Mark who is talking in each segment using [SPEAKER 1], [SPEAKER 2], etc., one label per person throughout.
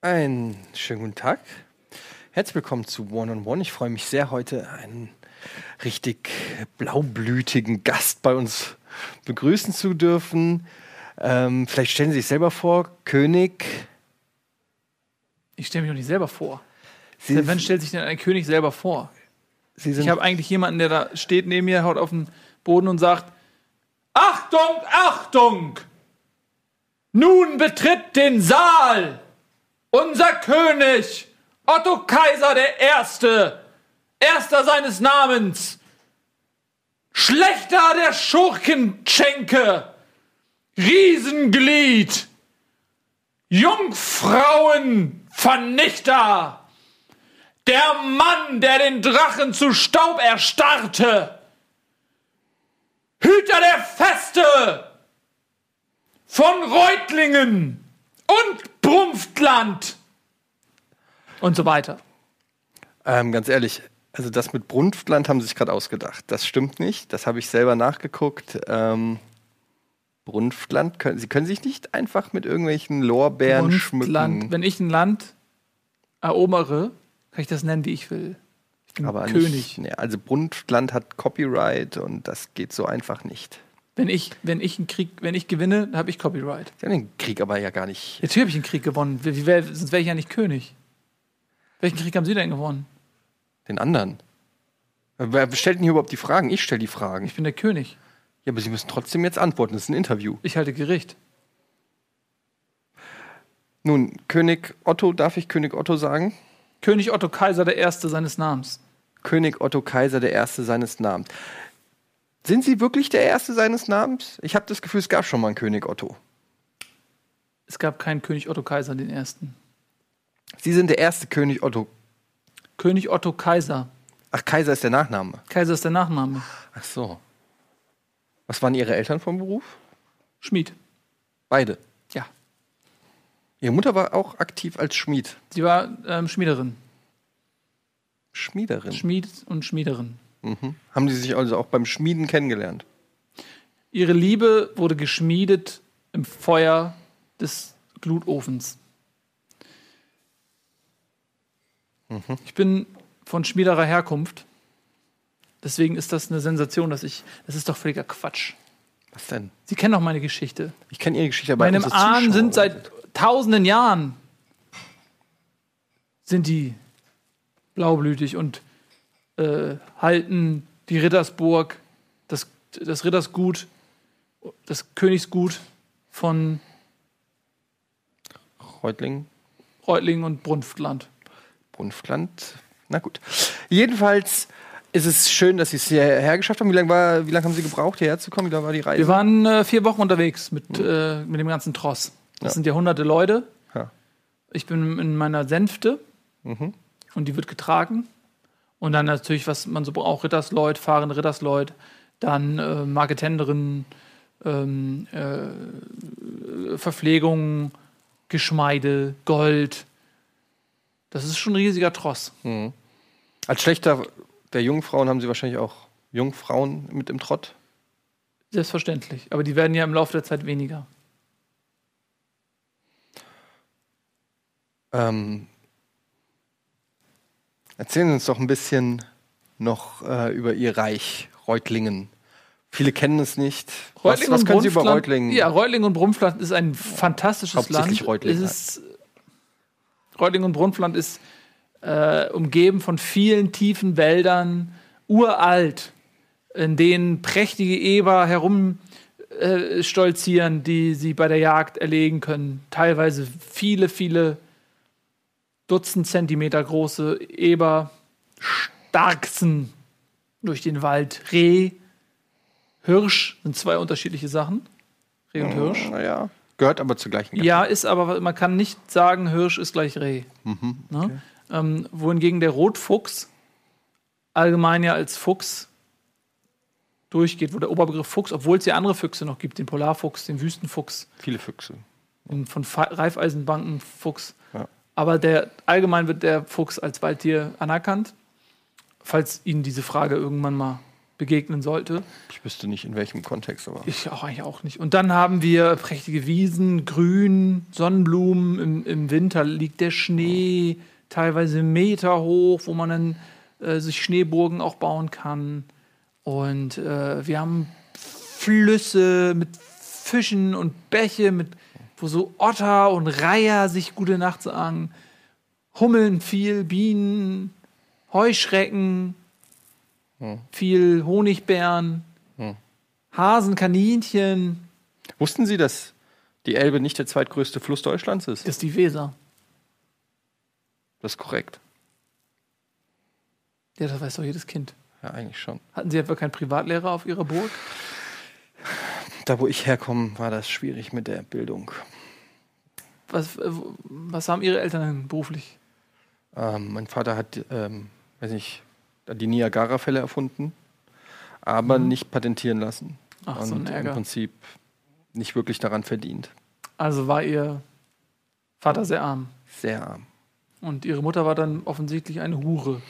[SPEAKER 1] Einen schönen guten Tag. Herzlich willkommen zu One on One. Ich freue mich sehr, heute einen richtig blaublütigen Gast bei uns begrüßen zu dürfen. Ähm, vielleicht stellen Sie sich selber vor, König.
[SPEAKER 2] Ich stelle mich doch nicht selber vor.
[SPEAKER 1] Sie,
[SPEAKER 2] Seit wann stellt sich denn ein König selber vor?
[SPEAKER 1] Sie sind
[SPEAKER 2] Ich habe eigentlich jemanden, der da steht neben mir, haut auf den Boden und sagt: Achtung, Achtung! Nun betritt den Saal unser König Otto Kaiser der Erste, erster seines Namens, Schlechter der Schurkenschenke, Riesenglied, Jungfrauenvernichter. Der Mann, der den Drachen zu Staub erstarrte. Hüter der Feste von Reutlingen und Brunftland. Und so weiter.
[SPEAKER 1] Ähm, ganz ehrlich, also das mit Brunftland haben sie sich gerade ausgedacht. Das stimmt nicht. Das habe ich selber nachgeguckt. Ähm, Brunftland, können, sie können sich nicht einfach mit irgendwelchen Lorbeeren schmücken.
[SPEAKER 2] Wenn ich ein Land erobere, kann ich das nennen, wie ich will. Ich bin
[SPEAKER 1] Aber
[SPEAKER 2] König.
[SPEAKER 1] Nicht, nee, also Brunftland hat Copyright und das geht so einfach nicht.
[SPEAKER 2] Wenn ich, wenn ich einen Krieg, wenn ich gewinne, dann habe ich Copyright.
[SPEAKER 1] Sie haben den Krieg aber ja gar nicht.
[SPEAKER 2] Natürlich habe ich einen Krieg gewonnen. Wie, wie wär, sonst wäre ich ja nicht König. Welchen Krieg haben Sie denn gewonnen?
[SPEAKER 1] Den anderen. Wer stellt denn hier überhaupt die Fragen? Ich stelle die Fragen.
[SPEAKER 2] Ich bin der König.
[SPEAKER 1] Ja, aber Sie müssen trotzdem jetzt antworten. Das ist ein Interview.
[SPEAKER 2] Ich halte Gericht.
[SPEAKER 1] Nun, König Otto, darf ich König Otto sagen?
[SPEAKER 2] König Otto Kaiser der Erste seines Namens.
[SPEAKER 1] König Otto Kaiser der Erste seines Namens. Sind Sie wirklich der Erste seines Namens? Ich habe das Gefühl, es gab schon mal einen König Otto.
[SPEAKER 2] Es gab keinen König Otto Kaiser den Ersten.
[SPEAKER 1] Sie sind der erste König Otto.
[SPEAKER 2] König Otto Kaiser.
[SPEAKER 1] Ach, Kaiser ist der Nachname.
[SPEAKER 2] Kaiser ist der Nachname.
[SPEAKER 1] Ach so. Was waren Ihre Eltern vom Beruf?
[SPEAKER 2] Schmied.
[SPEAKER 1] Beide.
[SPEAKER 2] Ja.
[SPEAKER 1] Ihre Mutter war auch aktiv als Schmied.
[SPEAKER 2] Sie war ähm, Schmiederin.
[SPEAKER 1] Schmiederin.
[SPEAKER 2] Schmied und Schmiederin.
[SPEAKER 1] Haben die sich also auch beim Schmieden kennengelernt?
[SPEAKER 2] Ihre Liebe wurde geschmiedet im Feuer des Glutofens. Ich bin von schmiederer Herkunft. Deswegen ist das eine Sensation, dass ich. Das ist doch völliger Quatsch.
[SPEAKER 1] Was denn?
[SPEAKER 2] Sie kennen doch meine Geschichte.
[SPEAKER 1] Ich kenne Ihre Geschichte, aber
[SPEAKER 2] Meinem
[SPEAKER 1] unsere
[SPEAKER 2] Ahnen
[SPEAKER 1] Zuschauer-
[SPEAKER 2] sind seit tausenden Jahren sind die blaublütig und äh, halten die Rittersburg, das, das Rittersgut, das Königsgut von
[SPEAKER 1] Reutlingen,
[SPEAKER 2] Reutlingen und Brunftland.
[SPEAKER 1] Brunftland. Na gut. Jedenfalls ist es schön, dass Sie es hierher geschafft haben. Wie lange war- wie lange haben Sie gebraucht, hierher zu kommen? Wie lange war die Reise?
[SPEAKER 2] Wir waren äh, vier Wochen unterwegs mit, äh, mit dem ganzen Tross. Das
[SPEAKER 1] Ja.
[SPEAKER 2] sind ja hunderte Leute.
[SPEAKER 1] Ja.
[SPEAKER 2] Ich bin in meiner Sänfte und die wird getragen. Und dann natürlich, was man so braucht, Rittersleut, fahrende Rittersleut, dann äh, Marketenderinnen, ähm, äh, Verpflegung, Geschmeide, Gold. Das ist schon ein riesiger Tross.
[SPEAKER 1] Als Schlechter der Jungfrauen haben Sie wahrscheinlich auch Jungfrauen mit im Trott.
[SPEAKER 2] Selbstverständlich. Aber die werden ja im Laufe der Zeit weniger.
[SPEAKER 1] Ähm, erzählen Sie uns doch ein bisschen noch äh, über Ihr Reich, Reutlingen. Viele kennen es nicht. Was,
[SPEAKER 2] Reutlingen
[SPEAKER 1] was
[SPEAKER 2] und
[SPEAKER 1] können Sie über
[SPEAKER 2] Brunfland-
[SPEAKER 1] Reutlingen?
[SPEAKER 2] Ja, Reutlingen und Brunfland ist ein fantastisches
[SPEAKER 1] Hauptsächlich
[SPEAKER 2] Land.
[SPEAKER 1] Reutlingen
[SPEAKER 2] Es ist, äh, Reutlingen und Brunfland ist äh, umgeben von vielen tiefen Wäldern, uralt, in denen prächtige Eber herum äh, stolzieren, die sie bei der Jagd erlegen können. Teilweise viele, viele Dutzend Zentimeter große Eber, Starksen durch den Wald, Reh, Hirsch sind zwei unterschiedliche Sachen. Reh und Hirsch.
[SPEAKER 1] Naja, gehört aber zur gleichen
[SPEAKER 2] Ja, ist aber, man kann nicht sagen, Hirsch ist gleich Reh. Ne? Ähm, wohingegen der Rotfuchs allgemein ja als Fuchs durchgeht, wo der Oberbegriff Fuchs, obwohl es ja andere Füchse noch gibt, den Polarfuchs, den Wüstenfuchs,
[SPEAKER 1] Viele Füchse.
[SPEAKER 2] den von Fa- Raiffeisenbanken Fuchs.
[SPEAKER 1] Ja.
[SPEAKER 2] Aber der, allgemein wird der Fuchs als Waldtier anerkannt, falls Ihnen diese Frage irgendwann mal begegnen sollte.
[SPEAKER 1] Ich wüsste nicht, in welchem Kontext, aber.
[SPEAKER 2] Ich auch eigentlich auch nicht. Und dann haben wir prächtige Wiesen, Grün, Sonnenblumen. Im, im Winter liegt der Schnee teilweise Meter hoch, wo man dann äh, sich Schneeburgen auch bauen kann. Und äh, wir haben Flüsse mit Fischen und Bäche, mit, wo so Otter und Reiher sich gute Nacht sagen. Hummeln viel, Bienen, Heuschrecken, viel Honigbären, Hasen, Kaninchen.
[SPEAKER 1] Wussten Sie, dass die Elbe nicht der zweitgrößte Fluss Deutschlands ist?
[SPEAKER 2] Das ist die Weser.
[SPEAKER 1] Das ist korrekt.
[SPEAKER 2] Ja, das weiß doch jedes Kind.
[SPEAKER 1] Ja, eigentlich schon.
[SPEAKER 2] Hatten Sie etwa keinen Privatlehrer auf Ihrer Burg?
[SPEAKER 1] Da, wo ich herkomme, war das schwierig mit der Bildung.
[SPEAKER 2] Was, äh, wo- was haben Ihre Eltern denn beruflich?
[SPEAKER 1] Ähm, mein Vater hat, ähm, weiß nicht, die Niagara-Fälle erfunden, aber nicht patentieren lassen.
[SPEAKER 2] Mhm. Ach,
[SPEAKER 1] und
[SPEAKER 2] so ein
[SPEAKER 1] im
[SPEAKER 2] Ärger.
[SPEAKER 1] Prinzip nicht wirklich daran verdient.
[SPEAKER 2] Also war Ihr Vater sehr arm.
[SPEAKER 1] Sehr arm.
[SPEAKER 2] Und Ihre Mutter war dann offensichtlich eine Hure.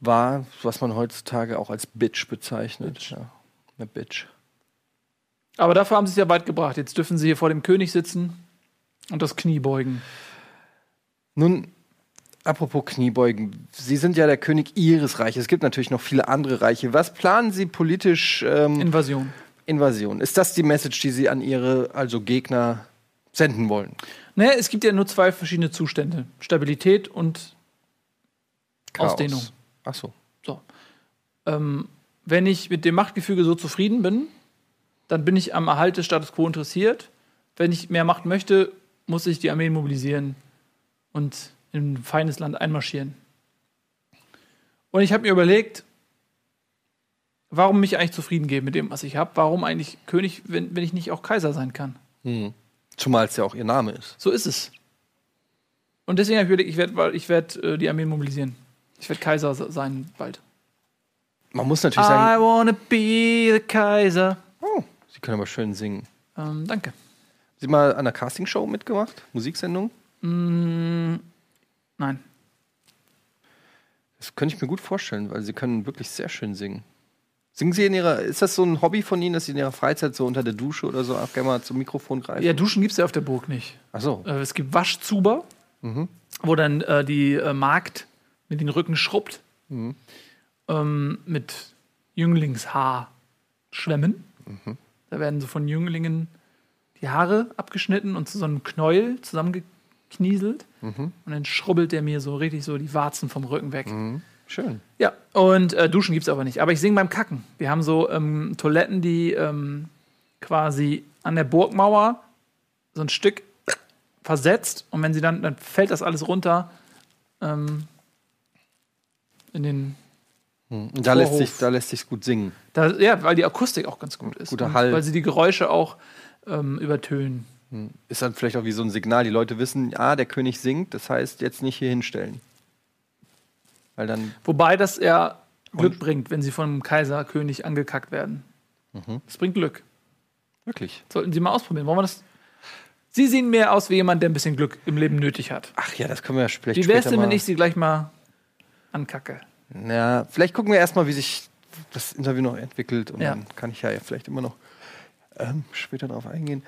[SPEAKER 1] War, was man heutzutage auch als Bitch bezeichnet. Ja. Eine Bitch.
[SPEAKER 2] Aber dafür haben Sie es ja weit gebracht. Jetzt dürfen Sie hier vor dem König sitzen und das Knie beugen.
[SPEAKER 1] Nun, apropos Kniebeugen. Sie sind ja der König Ihres Reiches. Es gibt natürlich noch viele andere Reiche. Was planen Sie politisch? Ähm,
[SPEAKER 2] Invasion.
[SPEAKER 1] Invasion. Ist das die Message, die Sie an Ihre, also Gegner, senden wollen?
[SPEAKER 2] Naja, Ne, es gibt ja nur zwei verschiedene Zustände: Stabilität und Ausdehnung.
[SPEAKER 1] Ach so.
[SPEAKER 2] Ähm, wenn ich mit dem Machtgefüge so zufrieden bin, dann bin ich am Erhalt des Status quo interessiert. Wenn ich mehr Macht möchte, muss ich die Armeen mobilisieren und in ein feines Land einmarschieren. Und ich habe mir überlegt, warum mich eigentlich zufrieden geben mit dem, was ich habe. Warum eigentlich König, wenn, wenn ich nicht auch Kaiser sein kann?
[SPEAKER 1] Zumal es ja auch Ihr Name ist.
[SPEAKER 2] So ist es. Und deswegen habe ich überlegt, ich werde ich werd, äh, die Armeen mobilisieren. Ich werde Kaiser se- sein bald.
[SPEAKER 1] Man muss natürlich
[SPEAKER 2] I
[SPEAKER 1] sagen,
[SPEAKER 2] wanna be the Kaiser.
[SPEAKER 1] oh, Sie können aber schön singen.
[SPEAKER 2] Ähm, danke.
[SPEAKER 1] Sie mal an einer Castingshow mitgemacht? Musiksendung?
[SPEAKER 2] Nein.
[SPEAKER 1] Das könnte ich mir gut vorstellen, weil Sie können wirklich sehr schön singen. Singen Sie in Ihrer, ist das so ein Hobby von Ihnen, dass Sie in Ihrer Freizeit so unter der Dusche oder so auch gerne mal zum Mikrofon greifen?
[SPEAKER 2] Ja, Duschen gibt es ja auf der Burg nicht.
[SPEAKER 1] Ach so.
[SPEAKER 2] Äh, es gibt Waschzuber, Mhm. wo dann äh, die äh, Magd mit den Rücken schrubbt. Mhm. Ähm, mit Jünglingshaar schwemmen. Da werden so von Jünglingen die Haare abgeschnitten und zu so einem Knäuel zusammengeknieselt. Und dann schrubbelt der mir so richtig so die Warzen vom Rücken weg.
[SPEAKER 1] Schön.
[SPEAKER 2] Ja, und äh, Duschen gibt's aber nicht. Aber ich singe beim Kacken. Wir haben so ähm, Toiletten, die ähm, quasi an der Burgmauer so ein Stück versetzt und wenn sie dann, dann fällt das alles runter ähm, in den.
[SPEAKER 1] Und da lässt,
[SPEAKER 2] Vorhof.
[SPEAKER 1] sich, da lässt sich's gut singen.
[SPEAKER 2] Da, ja, weil die Akustik auch ganz gut ist.
[SPEAKER 1] Guter
[SPEAKER 2] und
[SPEAKER 1] Hall.
[SPEAKER 2] Weil sie die Geräusche auch ähm, übertönen.
[SPEAKER 1] Ist dann vielleicht auch wie so ein Signal. Die Leute wissen, ah, der König singt, das heißt, jetzt nicht hier hinstellen. Weil dann,
[SPEAKER 2] Wobei das eher Glück bringt, wenn sie vom Kaiser, König angekackt werden. Das bringt Glück.
[SPEAKER 1] wirklich.
[SPEAKER 2] Sollten Sie mal ausprobieren. Wollen wir das? Sie sehen mehr aus wie jemand, der ein bisschen Glück im Leben nötig hat.
[SPEAKER 1] Ach ja, das können wir ja vielleicht
[SPEAKER 2] Wie wär's
[SPEAKER 1] später
[SPEAKER 2] denn, wenn
[SPEAKER 1] mal-
[SPEAKER 2] ich Sie gleich mal ankacke?
[SPEAKER 1] Ja, vielleicht gucken wir erstmal, wie sich das Interview noch entwickelt und
[SPEAKER 2] Ja.
[SPEAKER 1] dann kann ich ja vielleicht immer noch ähm, später darauf eingehen.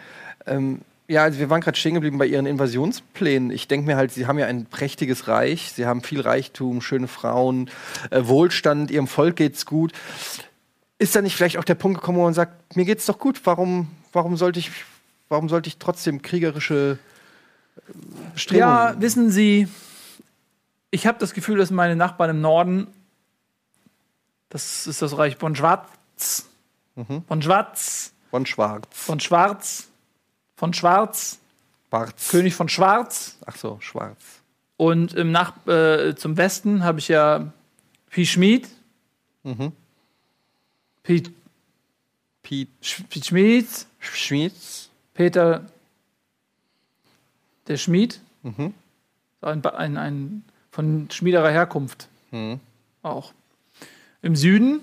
[SPEAKER 1] Ähm, ja, also wir waren gerade stehen geblieben bei Ihren Invasionsplänen. Ich denke mir halt, Sie haben ja ein prächtiges Reich, Sie haben viel Reichtum, schöne Frauen, äh, Wohlstand, Ihrem Volk geht's gut. Ist da nicht vielleicht auch der Punkt gekommen, wo man sagt, mir geht's doch gut, warum, warum sollte ich, warum sollte ich trotzdem kriegerische äh, Strömungen?
[SPEAKER 2] Ja, wissen Sie, ich habe das Gefühl, dass meine Nachbarn im Norden, das ist das Reich von Schwarz,
[SPEAKER 1] Mhm.
[SPEAKER 2] von Schwarz,
[SPEAKER 1] von Schwarz.
[SPEAKER 2] von Schwarz, von Schwarz,
[SPEAKER 1] Schwarz.
[SPEAKER 2] König von Schwarz.
[SPEAKER 1] Ach so, Schwarz.
[SPEAKER 2] Und im Nach äh, zum Westen habe ich ja Pi Schmid,
[SPEAKER 1] Mhm.
[SPEAKER 2] Pi,
[SPEAKER 1] Piet
[SPEAKER 2] Sch- Pi Schmid,
[SPEAKER 1] Schmieds.
[SPEAKER 2] Peter der Schmied, ein, Ba- ein, ein von schmiederer Herkunft
[SPEAKER 1] Hm.
[SPEAKER 2] auch. Im Süden,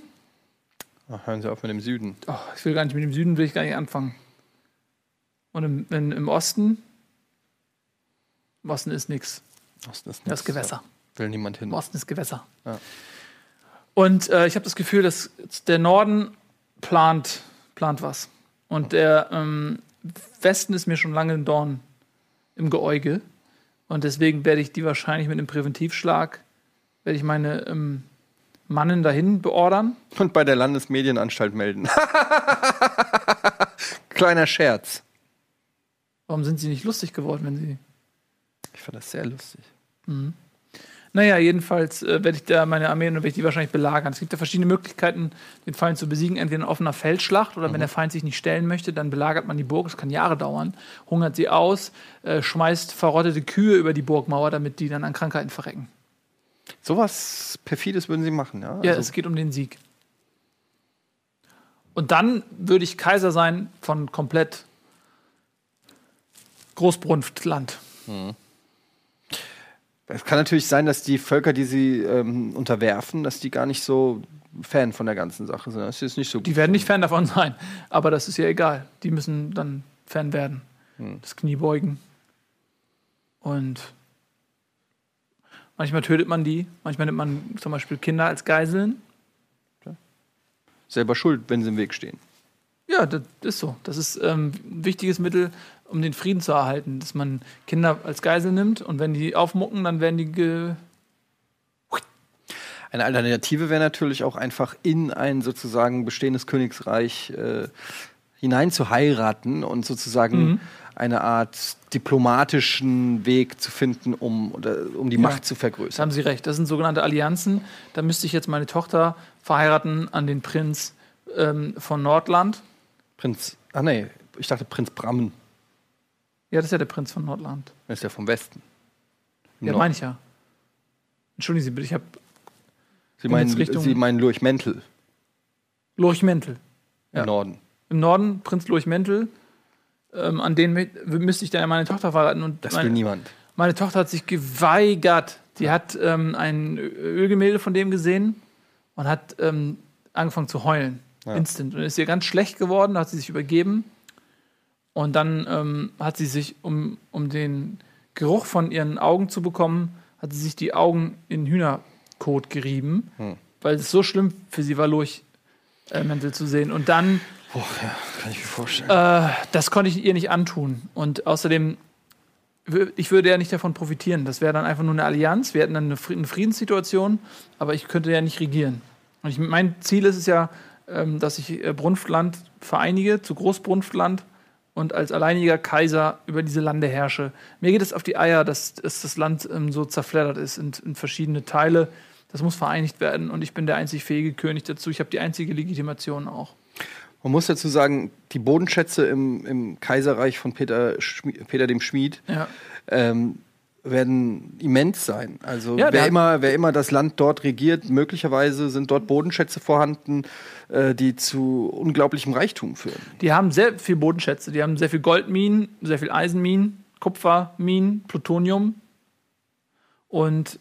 [SPEAKER 1] Ach, Ah, hören Sie auf mit dem Süden.
[SPEAKER 2] oh, ich will gar nicht mit dem Süden, will ich gar nicht anfangen. Und im, in, im Osten, im Osten ist nichts,
[SPEAKER 1] Osten ist
[SPEAKER 2] das ist Gewässer.
[SPEAKER 1] Will niemand hin.
[SPEAKER 2] Im Osten ist Gewässer.
[SPEAKER 1] Ja.
[SPEAKER 2] Und äh, ich habe das Gefühl, dass der Norden plant, plant was. Und der ähm, Westen ist mir schon lange ein Dorn im Geäuge. Und deswegen werde ich die wahrscheinlich mit einem Präventivschlag, werde ich meine ähm, Mannen dahin beordern.
[SPEAKER 1] Und bei der Landesmedienanstalt melden. Kleiner Scherz.
[SPEAKER 2] Warum sind sie nicht lustig geworden, wenn sie.
[SPEAKER 1] Ich fand das sehr lustig.
[SPEAKER 2] Naja, jedenfalls äh, werde ich da meine Armee und werde ich die wahrscheinlich belagern. Es gibt ja verschiedene Möglichkeiten, den Feind zu besiegen. Entweder in offener Feldschlacht oder wenn der Feind sich nicht stellen möchte, dann belagert man die Burg. Es kann Jahre dauern, hungert sie aus, äh, schmeißt verrottete Kühe über die Burgmauer, damit die dann an Krankheiten verrecken.
[SPEAKER 1] Sowas Perfides würden sie machen, ja?
[SPEAKER 2] Ja,
[SPEAKER 1] Also,
[SPEAKER 2] es geht um den Sieg. Und dann würde ich Kaiser sein von komplett Großbrunftland.
[SPEAKER 1] es kann natürlich sein, dass die Völker, die sie ähm, unterwerfen, dass die gar nicht so Fan von der ganzen Sache sind. Das ist nicht so
[SPEAKER 2] Die werden nicht Fan davon sein, aber das ist ja egal. Die müssen dann Fan werden. Das Knie beugen. Und manchmal tötet man die, manchmal nimmt man zum Beispiel Kinder als Geiseln.
[SPEAKER 1] selber schuld, wenn sie im Weg stehen.
[SPEAKER 2] Ja, das ist so. Das ist ähm, ein wichtiges Mittel, um den Frieden zu erhalten, dass man Kinder als Geisel nimmt und wenn die aufmucken, dann werden die ge
[SPEAKER 1] Eine Alternative wäre natürlich auch einfach in ein sozusagen bestehendes Königsreich äh, hinein zu heiraten und sozusagen
[SPEAKER 2] Mhm.
[SPEAKER 1] eine Art diplomatischen Weg zu finden, um, oder, um die Macht zu
[SPEAKER 2] Da
[SPEAKER 1] vergrößern.
[SPEAKER 2] haben Sie recht. Das sind sogenannte Allianzen. Da müsste ich jetzt meine Tochter verheiraten an den Prinz ähm, von Nordland.
[SPEAKER 1] Prinz, ah nee, ich dachte Prinz Brammen
[SPEAKER 2] Ja, das ist ja der Prinz von Nordland.
[SPEAKER 1] das ist ja vom Westen. Im
[SPEAKER 2] Ja,
[SPEAKER 1] Norden.
[SPEAKER 2] meine ich ja. Entschuldigen Sie bitte, ich habe
[SPEAKER 1] Sie
[SPEAKER 2] bin jetzt
[SPEAKER 1] meinen,
[SPEAKER 2] Richtung-
[SPEAKER 1] Sie meinen Lurchmäntel
[SPEAKER 2] Lurchmäntel. Ja.
[SPEAKER 1] im Norden.
[SPEAKER 2] Im Norden Prinz Lurchmäntel. Ähm, an den mü- müsste ich dann ja meine Tochter verraten. Und
[SPEAKER 1] Das will
[SPEAKER 2] meine,
[SPEAKER 1] niemand.
[SPEAKER 2] meine Tochter hat sich geweigert. Die hat ähm, ein Ö- Ölgemälde von dem gesehen und hat ähm, angefangen zu heulen.
[SPEAKER 1] Ja.
[SPEAKER 2] Instant. Und ist ihr ganz schlecht geworden, da hat sie sich übergeben. Und dann ähm, hat sie sich, um, um den Geruch von ihren Augen zu bekommen, hat sie sich die Augen in Hühnerkot gerieben, weil es so schlimm für sie war, Lurchmäntel zu sehen. Und dann
[SPEAKER 1] Kann ich mir vorstellen.
[SPEAKER 2] äh, das konnte ich ihr nicht antun. Und außerdem, wür- ich würde ja nicht davon profitieren. Das wäre dann einfach nur eine Allianz. Wir hätten dann eine, Fried eine Friedenssituation, aber ich könnte ja nicht regieren. Und ich, mein Ziel ist es ja, ähm, dass ich äh, Brunftland vereinige zu Großbrunftland und als alleiniger Kaiser über diese Lande herrsche. Mir geht es auf die Eier, dass, dass das Land ähm, so zerfleddert ist in, in verschiedene Teile. Das muss vereinigt werden und ich bin der einzig fähige König dazu. Ich habe die einzige Legitimation auch.
[SPEAKER 1] Man muss dazu sagen, die Bodenschätze im, im Kaiserreich von Peter, Schmi- Peter dem Schmied
[SPEAKER 2] Ja.
[SPEAKER 1] ähm, werden immens sein. Also
[SPEAKER 2] Ja,
[SPEAKER 1] wer,
[SPEAKER 2] der-
[SPEAKER 1] immer, wer immer das Land dort regiert, möglicherweise sind dort Bodenschätze vorhanden, äh, die zu unglaublichem Reichtum führen.
[SPEAKER 2] Die haben sehr viel Bodenschätze. Die haben sehr viel Goldminen, sehr viel Eisenminen, Kupferminen, Plutonium. Und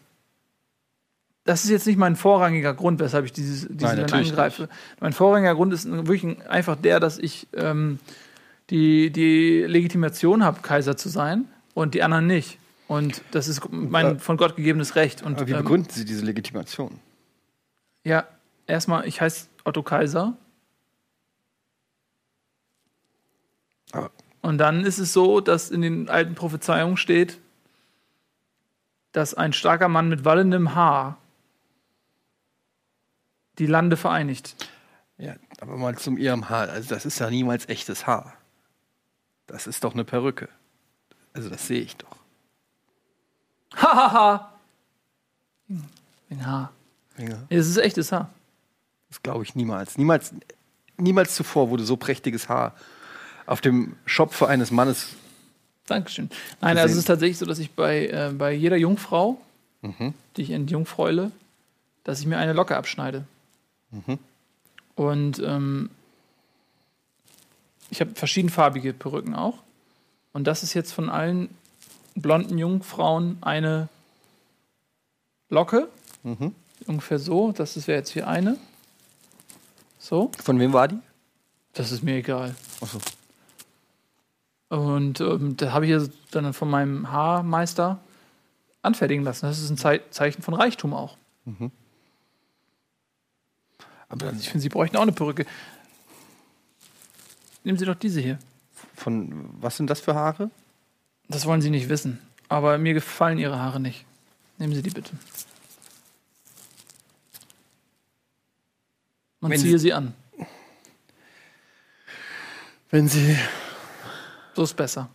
[SPEAKER 2] das ist jetzt nicht mein vorrangiger Grund, weshalb ich dieses, diese
[SPEAKER 1] Nein,
[SPEAKER 2] Länder
[SPEAKER 1] natürlich
[SPEAKER 2] angreife. Mein vorrangiger Grund ist wirklich ein- einfach der, dass ich ähm, die, die Legitimation habe, Kaiser zu sein und die anderen nicht. Und das ist mein von Gott gegebenes Recht. Und,
[SPEAKER 1] Äh, Aber wie
[SPEAKER 2] ähm,
[SPEAKER 1] begründen Sie diese Legitimation?
[SPEAKER 2] ja, erstmal, ich heiße Otto Kaiser.
[SPEAKER 1] Aber-
[SPEAKER 2] Und dann ist es so, dass in den alten Prophezeiungen steht, dass ein starker Mann mit wallendem Haar die Lande vereinigt.
[SPEAKER 1] Ja, aber mal zum Ihrem Haar. Also das ist ja niemals echtes Haar. Das ist doch eine Perücke. Also das sehe ich doch.
[SPEAKER 2] Hahaha! Ein Haar. Nee, Das ist echtes Haar.
[SPEAKER 1] Das glaube ich niemals. Niemals, niemals zuvor wurde so prächtiges Haar auf dem Schopfe eines Mannes.
[SPEAKER 2] Dankeschön. Nein,
[SPEAKER 1] Gesehen.
[SPEAKER 2] also es ist tatsächlich so, dass ich bei, äh, bei jeder Jungfrau, die ich entjungfräule, dass ich mir eine Locke abschneide. Und ähm, ich habe verschiedenfarbige Perücken auch. Und das ist jetzt von allen blonden Jungfrauen eine Locke. Ungefähr so. Das ist- wäre jetzt hier eine. So.
[SPEAKER 1] Von wem war die?
[SPEAKER 2] Das ist mir egal.
[SPEAKER 1] Achso.
[SPEAKER 2] Und ähm, da habe ich ja dann von meinem Haarmeister Mhm. anfertigen lassen. Das ist ein Zei Zeichen von Reichtum auch. Aber ich finde, sie bräuchten auch eine Perücke. Nehmen Sie doch diese hier.
[SPEAKER 1] Von was sind das für Haare?
[SPEAKER 2] Das wollen Sie nicht wissen. Aber mir gefallen Ihre Haare nicht. Nehmen Sie die bitte. Man
[SPEAKER 1] Wenn
[SPEAKER 2] ziehe sie an.
[SPEAKER 1] Wenn sie.
[SPEAKER 2] So ist besser.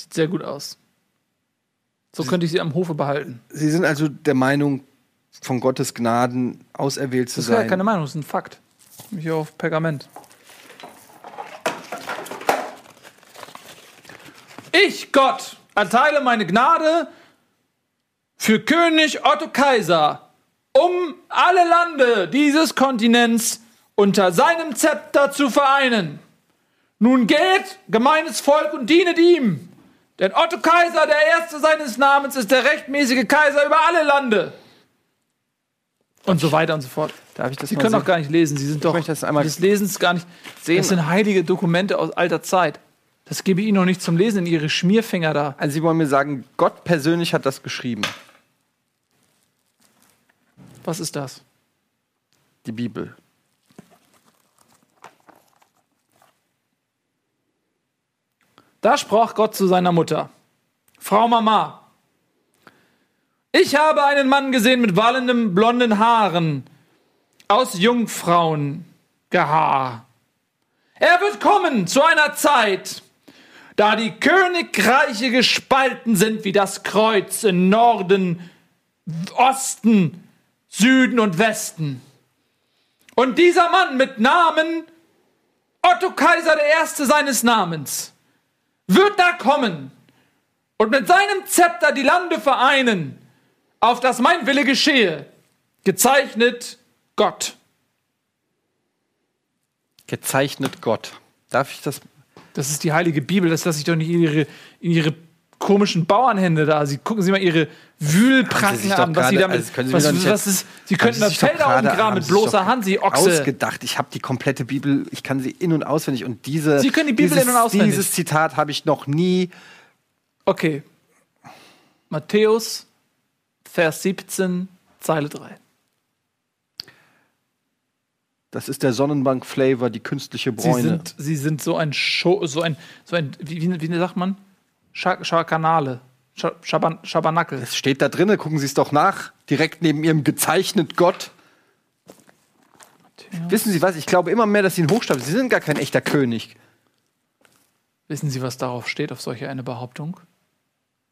[SPEAKER 2] Sieht sehr gut aus. So könnte ich sie am Hofe behalten.
[SPEAKER 1] Sie sind also der Meinung, von Gottes Gnaden auserwählt zu
[SPEAKER 2] Das ist ja
[SPEAKER 1] sein.
[SPEAKER 2] keine Meinung, das ist ein Fakt. Hab ich Hier auf Pergament. Ich, Gott, erteile meine Gnade für König Otto Kaiser, um alle Lande dieses Kontinents unter seinem Zepter zu vereinen. Nun geht, gemeines Volk, und dienet ihm. Denn Otto Kaiser, der Erste seines Namens, ist der rechtmäßige Kaiser über alle Lande. Und so weiter und so fort.
[SPEAKER 1] Darf ich das
[SPEAKER 2] Sie
[SPEAKER 1] mal
[SPEAKER 2] können
[SPEAKER 1] sehen?
[SPEAKER 2] doch gar nicht lesen. Sie sind doch
[SPEAKER 1] möchte das einmal
[SPEAKER 2] des Lesens gar nicht.
[SPEAKER 1] sehen.
[SPEAKER 2] Das sind heilige Dokumente aus alter Zeit. Das gebe ich Ihnen noch nicht zum Lesen in Ihre Schmierfinger da.
[SPEAKER 1] Also Sie wollen mir sagen, Gott persönlich hat das geschrieben,
[SPEAKER 2] Was ist das?
[SPEAKER 1] die Bibel.
[SPEAKER 2] Da sprach Gott zu seiner Mutter: Frau Mama, ich habe einen Mann gesehen mit wallendem blonden Haaren aus Jungfrauengehaar. Er wird kommen zu einer Zeit, da die Königreiche gespalten sind wie das Kreuz in Norden, Osten, Süden und Westen. Und dieser Mann mit Namen Otto Kaiser der Erste seines Namens wird da kommen und mit seinem Zepter die Lande vereinen, auf das mein Wille geschehe. Gezeichnet Gott.
[SPEAKER 1] Gezeichnet Gott. Darf ich das?
[SPEAKER 2] Das ist die heilige Bibel, das lasse ich doch nicht in ihre, in ihre komischen Bauernhände da. Sie gucken Sie mal ihre
[SPEAKER 1] Haben Sie
[SPEAKER 2] Wühlpracken
[SPEAKER 1] sich doch
[SPEAKER 2] an, was
[SPEAKER 1] gerade-
[SPEAKER 2] sie damit.
[SPEAKER 1] also können Sie mir
[SPEAKER 2] was,
[SPEAKER 1] doch nicht
[SPEAKER 2] was
[SPEAKER 1] jetzt-
[SPEAKER 2] ist, sie könnten das Felder umgraben mit bloßer Hand, Sie Ochse.
[SPEAKER 1] Ausgedacht. Ich habe die komplette Bibel, ich kann sie in und auswendig und diese.
[SPEAKER 2] Sie können die Bibel
[SPEAKER 1] dieses,
[SPEAKER 2] in- und auswendig.
[SPEAKER 1] Dieses Zitat habe ich noch nie.
[SPEAKER 2] Okay. Matthäus, Vers 17, Zeile 3.
[SPEAKER 1] Das ist der Sonnenbank-Flavor, die künstliche
[SPEAKER 2] Sie
[SPEAKER 1] Bräune.
[SPEAKER 2] sind, sie sind so ein Show, so ein, so ein, wie, wie, wie sagt man? Scha- Schakanale. Scha Schaban Schabernacle.
[SPEAKER 1] es steht da drinnen, gucken Sie es doch nach. Direkt neben Ihrem gezeichnet Gott. Wissen Sie was? Ich glaube immer mehr, dass Sie ein Hochstab sind. Sie sind gar kein echter König.
[SPEAKER 2] Wissen Sie, was darauf steht, auf solche eine Behauptung?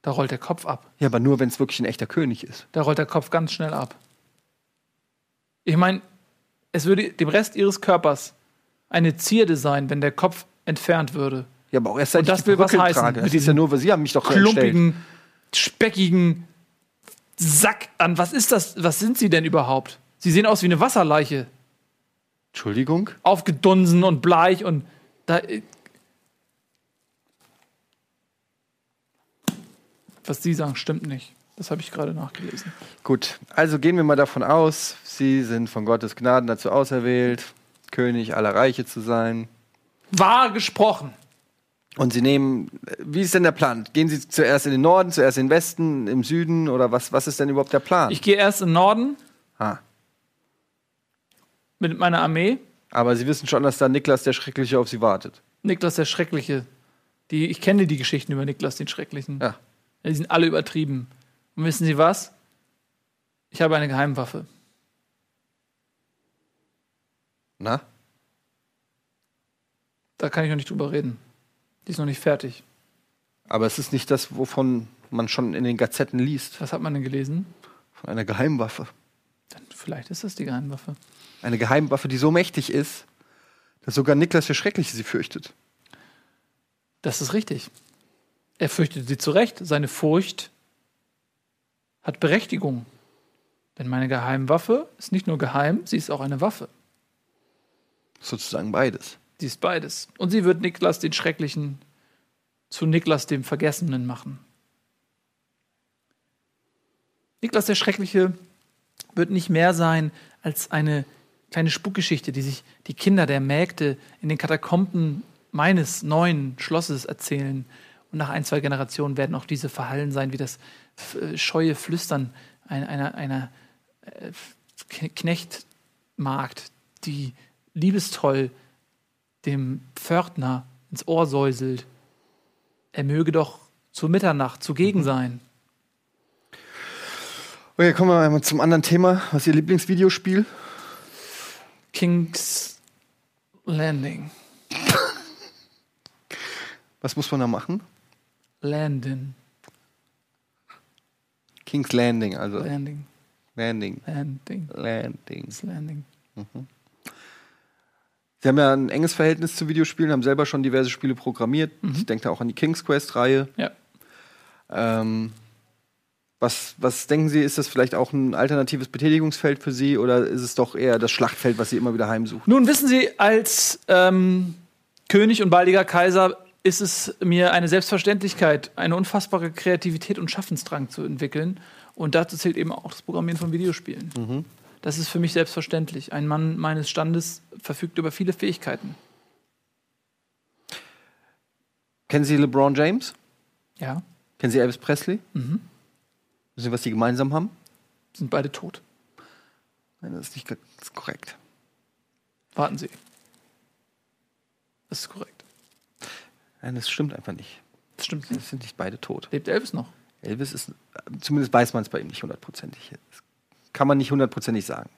[SPEAKER 2] Da rollt der Kopf ab.
[SPEAKER 1] Ja, aber nur, wenn es wirklich ein echter König ist.
[SPEAKER 2] Da rollt der Kopf ganz schnell ab. Ich meine, es würde dem Rest Ihres Körpers eine Zierde sein, wenn der Kopf entfernt würde.
[SPEAKER 1] Ja, aber auch erst seit
[SPEAKER 2] Und das
[SPEAKER 1] ich die
[SPEAKER 2] will was
[SPEAKER 1] Perücke
[SPEAKER 2] heißen,
[SPEAKER 1] trage.
[SPEAKER 2] mit
[SPEAKER 1] Das ist ja
[SPEAKER 2] diesem
[SPEAKER 1] nur, weil Sie haben mich doch entstellt.
[SPEAKER 2] Klumpigen, speckigen Sack an. Was ist das? Was sind Sie denn überhaupt? Sie sehen aus wie eine Wasserleiche.
[SPEAKER 1] Entschuldigung?
[SPEAKER 2] aufgedunsen und bleich und da. äh, Was Sie sagen, stimmt nicht. Das habe ich gerade nachgelesen.
[SPEAKER 1] Gut, also gehen wir mal davon aus, Sie sind von Gottes Gnaden dazu auserwählt, König aller Reiche zu sein.
[SPEAKER 2] Wahr gesprochen.
[SPEAKER 1] Und Sie nehmen, wie ist denn der Plan? Gehen Sie zuerst in den Norden, zuerst in den Westen, im Süden oder was, was ist denn überhaupt der Plan?
[SPEAKER 2] Ich gehe erst in den Norden
[SPEAKER 1] ah,
[SPEAKER 2] mit meiner Armee.
[SPEAKER 1] aber Sie wissen schon, dass da Niklas der Schreckliche auf Sie wartet.
[SPEAKER 2] Niklas der Schreckliche. Die, ich kenne die Geschichten über Niklas den Schrecklichen.
[SPEAKER 1] Ja.
[SPEAKER 2] Die sind alle übertrieben. Und wissen Sie was? Ich habe eine Geheimwaffe.
[SPEAKER 1] Na?
[SPEAKER 2] Da kann ich noch nicht drüber reden. Die ist noch nicht fertig.
[SPEAKER 1] Aber es ist nicht das, wovon man schon in den Gazetten liest.
[SPEAKER 2] Was hat man denn gelesen?
[SPEAKER 1] Von einer Geheimwaffe.
[SPEAKER 2] Dann vielleicht ist das die Geheimwaffe.
[SPEAKER 1] Eine Geheimwaffe, die so mächtig ist, dass sogar Niklas der Schreckliche sie fürchtet.
[SPEAKER 2] Das ist richtig. Er fürchtet sie zu Recht. Seine Furcht hat Berechtigung. Denn meine Geheimwaffe ist nicht nur geheim, sie ist auch eine Waffe.
[SPEAKER 1] Sozusagen beides.
[SPEAKER 2] Sie ist beides. Und sie wird Niklas den Schrecklichen zu Niklas dem Vergessenen machen. Niklas der Schreckliche wird nicht mehr sein als eine kleine Spukgeschichte, die sich die Kinder der Mägde in den Katakomben meines neuen Schlosses erzählen. Und nach ein, zwei Generationen werden auch diese verhallen sein, wie das f- äh, scheue Flüstern ein- einer, einer äh, K- Knechtmarkt, die liebestoll dem Pförtner ins Ohr säuselt. Er möge doch zur Mitternacht zugegen sein.
[SPEAKER 1] Okay, kommen wir einmal zum anderen Thema. Was ist Ihr Lieblingsvideospiel?
[SPEAKER 2] King's Landing.
[SPEAKER 1] Was muss man da machen?
[SPEAKER 2] Landing.
[SPEAKER 1] King's Landing, also
[SPEAKER 2] Landing.
[SPEAKER 1] Landing.
[SPEAKER 2] Landing.
[SPEAKER 1] Landing.
[SPEAKER 2] King's Landing.
[SPEAKER 1] Sie haben ja ein enges Verhältnis zu Videospielen, haben selber schon diverse Spiele programmiert. Ich denke da auch an die King's Quest-Reihe.
[SPEAKER 2] Ja.
[SPEAKER 1] Ähm, was, was denken Sie, ist das vielleicht auch ein alternatives Betätigungsfeld für Sie oder ist es doch eher das Schlachtfeld, was Sie immer wieder heimsuchen?
[SPEAKER 2] Nun wissen Sie, als ähm, König und baldiger Kaiser ist es mir eine Selbstverständlichkeit, eine unfassbare Kreativität und Schaffensdrang zu entwickeln. Und dazu zählt eben auch das Programmieren von Videospielen. Das ist für mich selbstverständlich. Ein Mann meines Standes verfügt über viele Fähigkeiten.
[SPEAKER 1] Kennen Sie LeBron James?
[SPEAKER 2] Ja,
[SPEAKER 1] Kennen Sie Elvis Presley? Wissen Sie, was die gemeinsam haben?
[SPEAKER 2] sind beide tot.
[SPEAKER 1] Nein, das ist nicht ganz korrekt.
[SPEAKER 2] Warten Sie. Das ist korrekt.
[SPEAKER 1] Nein, das stimmt einfach nicht.
[SPEAKER 2] Das stimmt.
[SPEAKER 1] Es sind nicht beide tot.
[SPEAKER 2] Lebt Elvis noch?
[SPEAKER 1] Elvis ist, zumindest weiß man es bei ihm nicht hundertprozentig. Das kann man nicht hundertprozentig sagen.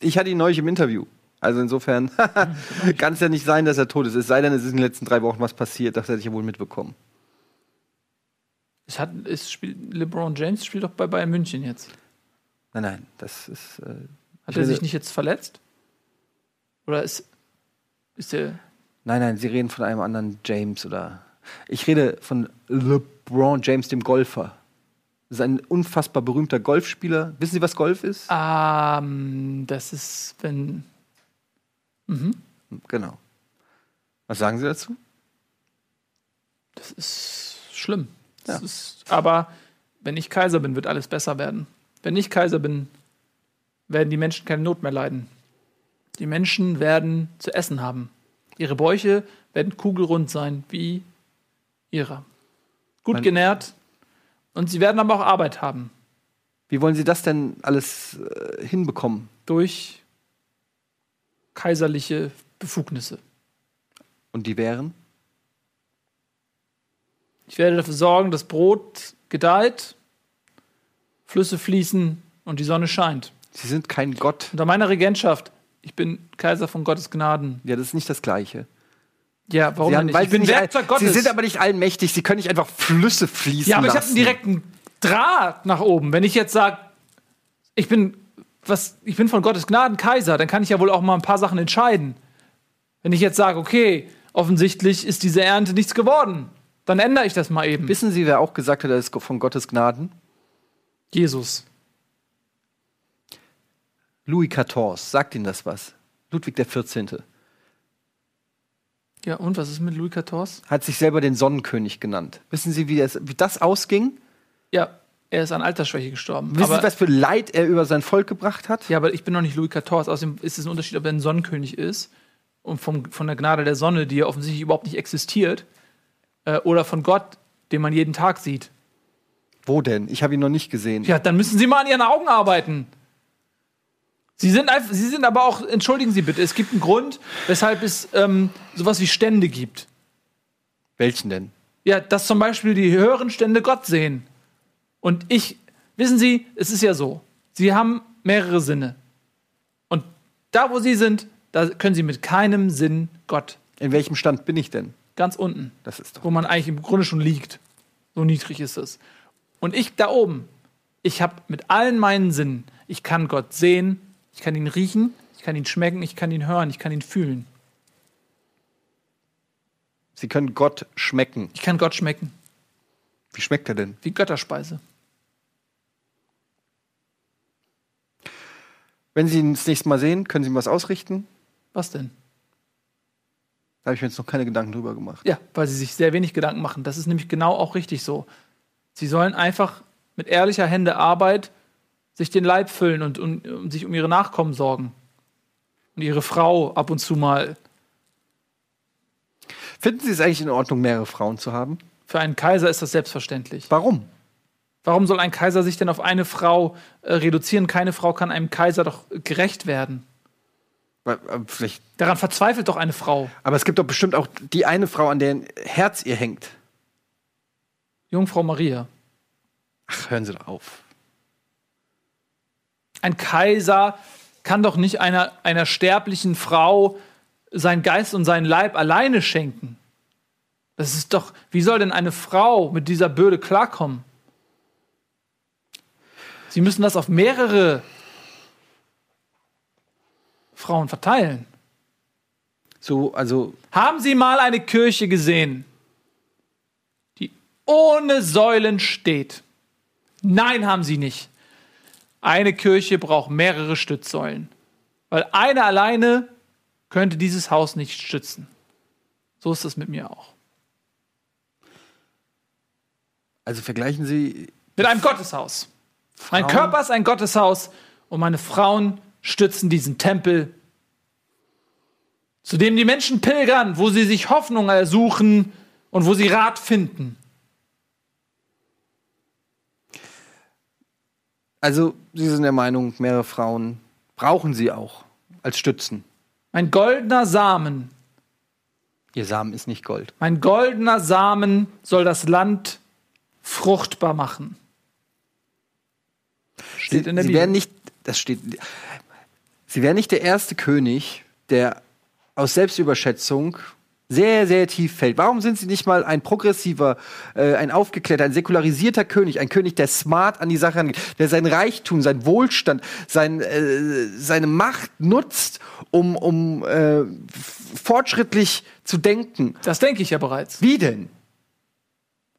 [SPEAKER 1] Ich hatte ihn neulich im Interview. Also insofern kann es ja nicht sein, dass er tot ist. Es sei denn, es ist in den letzten drei Wochen was passiert. Das hätte ich ja wohl mitbekommen.
[SPEAKER 2] Es hat, es spielt, LeBron James spielt doch bei Bayern München jetzt.
[SPEAKER 1] Nein, nein, das ist. Äh,
[SPEAKER 2] Hat er sich
[SPEAKER 1] rede-
[SPEAKER 2] nicht jetzt verletzt? Oder ist, ist der.
[SPEAKER 1] Nein, nein, Sie reden von einem anderen James oder. Ich rede von LeBron James, dem Golfer. Das ist ein unfassbar berühmter Golfspieler. Wissen Sie, was Golf
[SPEAKER 2] Ah.
[SPEAKER 1] ist?
[SPEAKER 2] Ähm, das ist, wenn.
[SPEAKER 1] Genau. Was sagen Sie dazu?
[SPEAKER 2] Das ist schlimm. Das
[SPEAKER 1] Ja.
[SPEAKER 2] ist, aber wenn ich Kaiser bin, wird alles besser werden. Wenn ich Kaiser bin, werden die Menschen keine Not mehr leiden. Die Menschen werden zu essen haben. Ihre Bäuche werden kugelrund sein, wie ihrer. Gut
[SPEAKER 1] Mein-
[SPEAKER 2] genährt. Und sie werden aber auch Arbeit haben.
[SPEAKER 1] Wie wollen Sie das denn alles äh, hinbekommen?
[SPEAKER 2] Durch kaiserliche Befugnisse.
[SPEAKER 1] Und die wären?
[SPEAKER 2] Ich werde dafür sorgen, dass Brot gedeiht, Flüsse fließen und die Sonne scheint.
[SPEAKER 1] Sie sind kein Gott.
[SPEAKER 2] Unter meiner Regentschaft, ich bin Kaiser von Gottes Gnaden.
[SPEAKER 1] Ja, das ist nicht das Gleiche.
[SPEAKER 2] Ja, warum
[SPEAKER 1] Sie, haben,
[SPEAKER 2] denn
[SPEAKER 1] weil
[SPEAKER 2] nicht? Ich bin
[SPEAKER 1] Sie, nicht
[SPEAKER 2] Werkzeug
[SPEAKER 1] all-
[SPEAKER 2] Gottes.
[SPEAKER 1] Sie sind aber nicht allmächtig. Sie können nicht einfach Flüsse fließen
[SPEAKER 2] ja, aber ich habe
[SPEAKER 1] lassen.
[SPEAKER 2] einen direkten Draht nach oben. Wenn ich jetzt sage, ich bin was, ich bin von Gottes Gnaden Kaiser, dann kann ich ja wohl auch mal ein paar Sachen entscheiden. Wenn ich jetzt sage, okay, offensichtlich ist diese Ernte nichts geworden, dann ändere ich das mal eben.
[SPEAKER 1] Wissen Sie, wer auch gesagt hat, er ist von Gottes Gnaden?
[SPEAKER 2] Jesus.
[SPEAKER 1] Louis XIV. Sagt Ihnen das was? Ludwig XIV.
[SPEAKER 2] Ja, und was ist mit Louis XIV?
[SPEAKER 1] Hat sich selber den Sonnenkönig genannt. Wissen Sie, wie das, wie das ausging?
[SPEAKER 2] Ja, er ist an Altersschwäche gestorben.
[SPEAKER 1] Wissen
[SPEAKER 2] aber,
[SPEAKER 1] Sie, was für Leid er über sein Volk gebracht hat?
[SPEAKER 2] Ja, aber ich bin noch nicht Louis XIV. Außerdem ist es ein Unterschied, ob er ein Sonnenkönig ist und vom, von der Gnade der Sonne, die ja offensichtlich überhaupt nicht existiert, äh, oder von Gott, den man jeden Tag sieht.
[SPEAKER 1] Wo denn? Ich habe ihn noch nicht gesehen.
[SPEAKER 2] Ja, dann müssen Sie mal an Ihren Augen arbeiten. Sie sind, einfach, Sie sind aber auch, entschuldigen Sie bitte, es gibt einen Grund, weshalb es ähm, sowas wie Stände gibt.
[SPEAKER 1] Welchen denn?
[SPEAKER 2] Ja, dass zum Beispiel die höheren Stände Gott sehen. Und ich, wissen Sie, es ist ja so, Sie haben mehrere Sinne. Und da, wo Sie sind, da können Sie mit keinem Sinn Gott.
[SPEAKER 1] In welchem Stand bin ich denn?
[SPEAKER 2] Ganz unten,
[SPEAKER 1] Das ist doch.
[SPEAKER 2] wo man eigentlich im Grunde schon liegt. So niedrig ist es. Und ich da oben, ich habe mit allen meinen Sinnen, ich kann Gott sehen, ich kann ihn riechen, ich kann ihn schmecken, ich kann ihn hören, ich kann ihn fühlen.
[SPEAKER 1] Sie können Gott schmecken.
[SPEAKER 2] Ich kann Gott schmecken,
[SPEAKER 1] Wie schmeckt er denn?
[SPEAKER 2] wie Götterspeise.
[SPEAKER 1] Wenn Sie ihn das nächste Mal sehen, können Sie ihm was ausrichten?
[SPEAKER 2] Was denn?
[SPEAKER 1] Da habe ich mir jetzt noch keine Gedanken drüber gemacht.
[SPEAKER 2] Ja, weil sie sich sehr wenig Gedanken machen. Das ist nämlich genau auch richtig so. Sie sollen einfach mit ehrlicher Hände Arbeit sich den Leib füllen und, und, und sich um ihre Nachkommen sorgen. Und ihre Frau ab und zu mal.
[SPEAKER 1] Finden Sie es eigentlich in Ordnung, mehrere Frauen zu haben?
[SPEAKER 2] Für einen Kaiser ist das selbstverständlich.
[SPEAKER 1] Warum?
[SPEAKER 2] Warum soll ein Kaiser sich denn auf eine Frau äh, reduzieren? Keine Frau kann einem Kaiser doch gerecht werden.
[SPEAKER 1] Weil, äh, Vielleicht.
[SPEAKER 2] Daran verzweifelt doch eine Frau.
[SPEAKER 1] Aber es gibt doch bestimmt auch die eine Frau, an deren Herz ihr hängt.
[SPEAKER 2] Jungfrau Maria.
[SPEAKER 1] Ach, hören Sie doch auf.
[SPEAKER 2] Ein Kaiser kann doch nicht einer, einer sterblichen Frau seinen Geist und seinen Leib alleine schenken. Das ist doch, wie soll denn eine Frau mit dieser Bürde klarkommen? Sie müssen das auf mehrere Frauen verteilen.
[SPEAKER 1] So, also,
[SPEAKER 2] Haben Sie mal eine Kirche gesehen, die ohne Säulen steht? Nein, haben Sie nicht. Eine Kirche braucht mehrere Stützsäulen, weil eine alleine könnte dieses Haus nicht stützen. So ist das mit mir auch.
[SPEAKER 1] also vergleichen Sie.
[SPEAKER 2] Mit einem Gotteshaus. Mein Körper ist ein Gotteshaus und meine Frauen stützen diesen Tempel, zu dem die Menschen pilgern, wo sie sich Hoffnung ersuchen und wo sie Rat finden.
[SPEAKER 1] Also, Sie sind der Meinung, mehrere Frauen brauchen Sie auch als Stützen.
[SPEAKER 2] Mein goldener Samen,
[SPEAKER 1] Ihr Samen ist nicht Gold.
[SPEAKER 2] mein goldener Samen soll das Land fruchtbar machen. Steht
[SPEAKER 1] Sie,
[SPEAKER 2] in der
[SPEAKER 1] Sie
[SPEAKER 2] Bibel.
[SPEAKER 1] wären nicht, das steht. Sie wären nicht der erste König, der aus Selbstüberschätzung sehr, sehr tief fällt. Warum sind Sie nicht mal ein progressiver, äh, ein aufgeklärter, ein säkularisierter König, ein König, der smart an die Sache rangeht, der sein Reichtum, sein Wohlstand, sein, äh, seine Macht nutzt, um, um äh, f- fortschrittlich zu denken?
[SPEAKER 2] Das denke ich ja bereits.
[SPEAKER 1] Wie denn?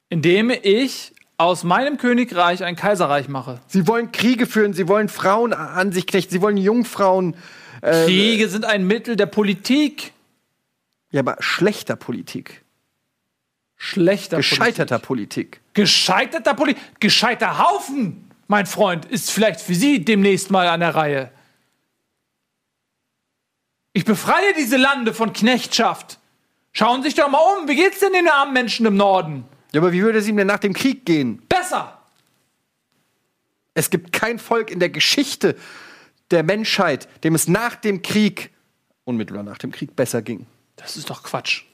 [SPEAKER 2] Indem ich aus meinem Königreich ein Kaiserreich mache.
[SPEAKER 1] Sie wollen Kriege führen, sie wollen Frauen an sich knechten, sie wollen Jungfrauen. Ähm,
[SPEAKER 2] Kriege sind ein Mittel der Politik.
[SPEAKER 1] Ja, aber schlechter Politik.
[SPEAKER 2] Schlechter
[SPEAKER 1] gescheiterter Politik.
[SPEAKER 2] Politik. Gescheiterter Politik. Gescheiter Haufen, mein Freund, ist vielleicht für Sie demnächst mal an der Reihe. Ich befreie diese Lande von Knechtschaft. Schauen Sie sich doch mal um. Wie geht's denn den armen Menschen im Norden?
[SPEAKER 1] Ja, aber wie würde es ihm denn nach dem Krieg gehen?
[SPEAKER 2] Besser.
[SPEAKER 1] Es gibt kein Volk in der Geschichte der Menschheit, dem es nach dem Krieg, unmittelbar nach dem Krieg, besser ging.
[SPEAKER 2] Das ist doch Quatsch.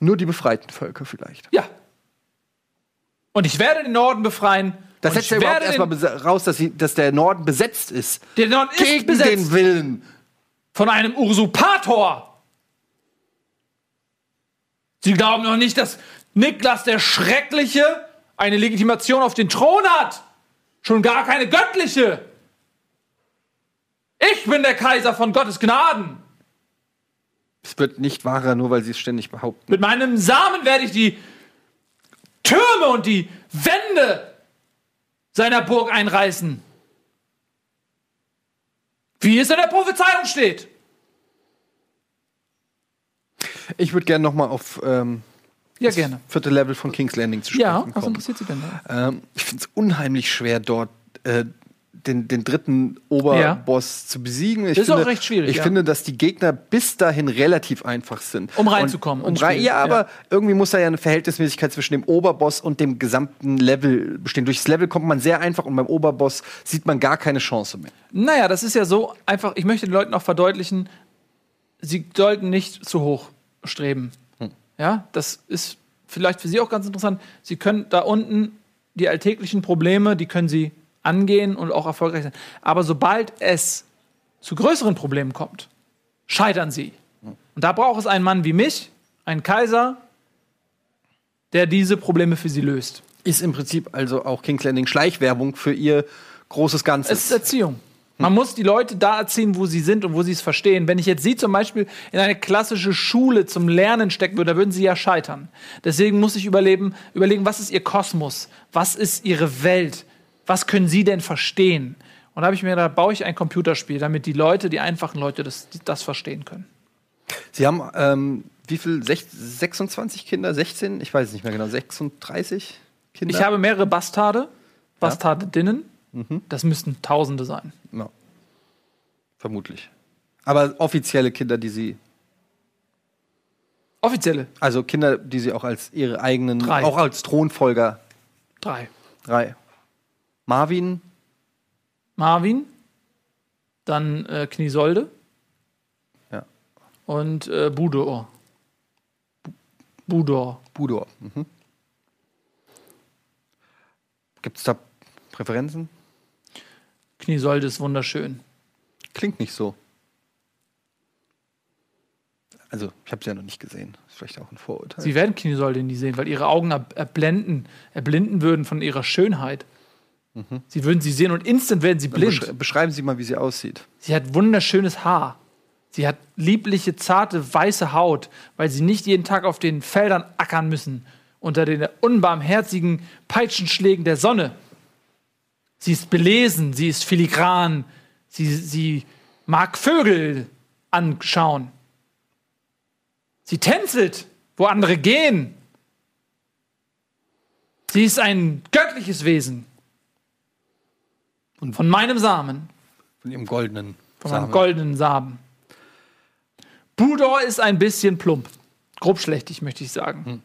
[SPEAKER 1] Nur die befreiten Völker vielleicht.
[SPEAKER 2] Ja. Und ich werde den Norden befreien.
[SPEAKER 1] Das
[SPEAKER 2] Und
[SPEAKER 1] setzt ja
[SPEAKER 2] ich
[SPEAKER 1] überhaupt
[SPEAKER 2] werde
[SPEAKER 1] erstmal
[SPEAKER 2] den,
[SPEAKER 1] besa- raus, dass, sie, dass der Norden besetzt ist.
[SPEAKER 2] der Norden ist
[SPEAKER 1] Gegen den
[SPEAKER 2] besetzt
[SPEAKER 1] Willen.
[SPEAKER 2] von einem Usurpator. Sie glauben doch nicht, dass Niklas der Schreckliche eine Legitimation auf den Thron hat. Schon gar keine göttliche. Ich bin der Kaiser von Gottes Gnaden.
[SPEAKER 1] Es wird nicht wahrer, nur weil sie es ständig behaupten.
[SPEAKER 2] Mit meinem Samen werde ich die Türme und die Wände seiner Burg einreißen. Wie es in der Prophezeiung steht.
[SPEAKER 1] Ich würde gerne nochmal auf ähm,
[SPEAKER 2] Ja, gerne.
[SPEAKER 1] vierte Level von King's Landing zu sprechen
[SPEAKER 2] Ja, also was
[SPEAKER 1] kommen.
[SPEAKER 2] interessiert Sie denn da?
[SPEAKER 1] Ähm, ich finde es unheimlich schwer, dort äh, den, den dritten Oberboss zu besiegen. Ich
[SPEAKER 2] Ist auch
[SPEAKER 1] finde,
[SPEAKER 2] recht schwierig,
[SPEAKER 1] Ich
[SPEAKER 2] ja.
[SPEAKER 1] finde, dass die Gegner bis dahin relativ einfach sind.
[SPEAKER 2] Um reinzukommen
[SPEAKER 1] Und, um
[SPEAKER 2] ins
[SPEAKER 1] rein,
[SPEAKER 2] Spiel,
[SPEAKER 1] ja,
[SPEAKER 2] ja.
[SPEAKER 1] aber irgendwie muss da ja eine Verhältnismäßigkeit zwischen dem Oberboss und dem gesamten Level bestehen. Durchs Level kommt man sehr einfach und beim Oberboss sieht man gar keine Chance mehr.
[SPEAKER 2] Naja, das ist ja so einfach. Ich möchte den Leuten auch verdeutlichen, sie sollten nicht zu hoch streben. Ja, das ist vielleicht für sie auch ganz interessant. Sie können da unten die alltäglichen Probleme, die können sie angehen und auch erfolgreich sein. Aber sobald es zu größeren Problemen kommt, scheitern sie. Und da braucht es einen Mann wie mich, einen Kaiser, der diese Probleme für sie löst.
[SPEAKER 1] Ist im Prinzip also auch King's Landing Schleichwerbung für ihr großes
[SPEAKER 2] Es ist
[SPEAKER 1] Ganzes.
[SPEAKER 2] Erziehung. Man muss die Leute da erziehen, wo sie sind und wo sie es verstehen. Wenn ich jetzt sie zum Beispiel in eine klassische Schule zum Lernen stecken würde, da würden sie ja scheitern. Deswegen muss ich überleben, überlegen, was ist ihr Kosmos? Was ist ihre Welt? Was können sie denn verstehen? Und da habe ich mir gedacht, baue ich ein Computerspiel, damit die Leute, die einfachen Leute, das, das verstehen können.
[SPEAKER 1] Sie haben ähm, wie viel? Sech 26 Kinder? 16? Ich weiß es nicht mehr genau. 36 Kinder?
[SPEAKER 2] Ich habe mehrere Bastarde, Bastardinnen. Das müssten Tausende sein.
[SPEAKER 1] Ja. Vermutlich. Aber offizielle Kinder, die sie,
[SPEAKER 2] Offizielle.
[SPEAKER 1] also Kinder, die sie auch als ihre eigenen,
[SPEAKER 2] Drei.
[SPEAKER 1] auch als Thronfolger
[SPEAKER 2] Drei.
[SPEAKER 1] Drei. Marvin,
[SPEAKER 2] Marvin, dann äh, Kniesolde
[SPEAKER 1] Ja.
[SPEAKER 2] und äh, Budor. Budor.
[SPEAKER 1] Budor. Mhm. Gibt es da Präferenzen?
[SPEAKER 2] Kniesolde ist wunderschön.
[SPEAKER 1] Klingt nicht so. Also, ich habe sie ja noch nicht gesehen. Ist vielleicht auch ein Vorurteil.
[SPEAKER 2] Sie werden Kniesolde nie sehen, weil ihre Augen erb- erblenden, erblinden würden von ihrer Schönheit. Sie würden sie sehen und instant werden sie
[SPEAKER 1] Mhm. Dann
[SPEAKER 2] blind.
[SPEAKER 1] beschre- beschreiben Sie mal, wie sie aussieht.
[SPEAKER 2] Sie hat wunderschönes Haar. Sie hat liebliche, zarte, weiße Haut, weil sie nicht jeden Tag auf den Feldern ackern müssen, unter den unbarmherzigen Peitschenschlägen der Sonne. Sie ist belesen, sie ist filigran, sie, sie mag Vögel anschauen. Sie tänzelt, wo andere gehen. Sie ist ein göttliches Wesen. Und von meinem Samen
[SPEAKER 1] Von ihrem goldenen.
[SPEAKER 2] von
[SPEAKER 1] Samen.
[SPEAKER 2] meinem goldenen Samen. Budor ist ein bisschen plump. Grobschlächtig, möchte ich sagen.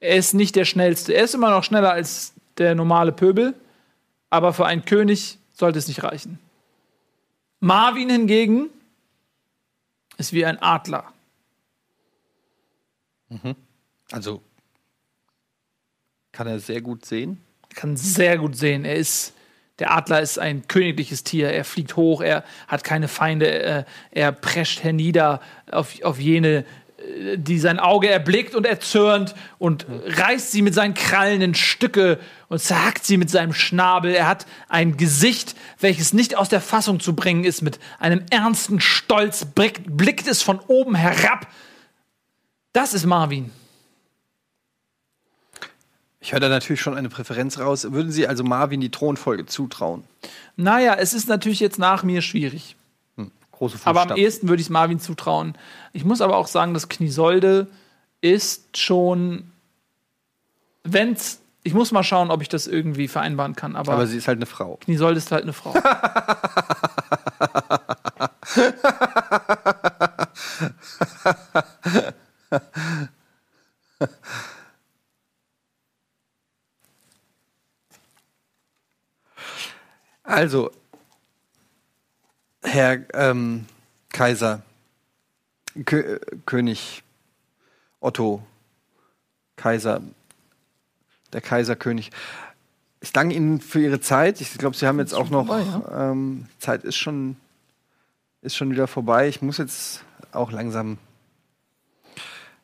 [SPEAKER 2] Er ist nicht der schnellste. Er ist immer noch schneller als der normale Pöbel. Aber für einen König sollte es nicht reichen. Marvin hingegen ist wie ein Adler.
[SPEAKER 1] Also, kann er sehr gut sehen.
[SPEAKER 2] kann sehr gut sehen. Er ist der Adler ist ein königliches Tier. Er fliegt hoch, er hat keine Feinde, äh, er prescht hernieder auf, auf jene, äh, die sein Auge erblickt und erzürnt und reißt sie mit seinen Krallen in Stücke und zerhackt sie mit seinem Schnabel. Er hat ein Gesicht, welches nicht aus der Fassung zu bringen ist. Mit einem ernsten Stolz blickt, blickt es von oben herab. Das ist Marvin.
[SPEAKER 1] Ich höre da natürlich schon eine Präferenz raus. Würden Sie also Marvin die Thronfolge zutrauen?
[SPEAKER 2] Naja, es ist natürlich jetzt nach mir schwierig.
[SPEAKER 1] Große
[SPEAKER 2] Aber am
[SPEAKER 1] Fußstapfen.
[SPEAKER 2] ehesten würde ich es Marvin zutrauen. Ich muss aber auch sagen, dass Kniesolde ist schon, wenn's, ich muss mal schauen, ob ich das irgendwie vereinbaren kann, aber,
[SPEAKER 1] Aber sie ist halt eine Frau.
[SPEAKER 2] Kniesolde ist halt eine Frau.
[SPEAKER 1] Also, Herr ähm, Kaiser, Kö äh, König Otto, Kaiser, der Kaiserkönig. Ich danke Ihnen für Ihre Zeit. Ich glaube, Sie haben jetzt auch noch.
[SPEAKER 2] vorbei,
[SPEAKER 1] ähm, Zeit ist schon, ist schon wieder vorbei. Ich muss jetzt auch langsam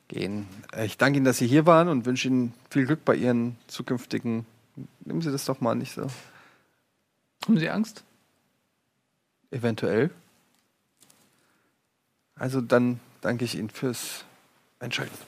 [SPEAKER 1] gehen. Äh, Ich danke Ihnen, dass Sie hier waren und wünsche Ihnen viel Glück bei Ihren zukünftigen. Nehmen Sie das doch mal nicht so.
[SPEAKER 2] Haben Sie Angst?
[SPEAKER 1] Eventuell. Also dann danke ich Ihnen fürs Einschalten.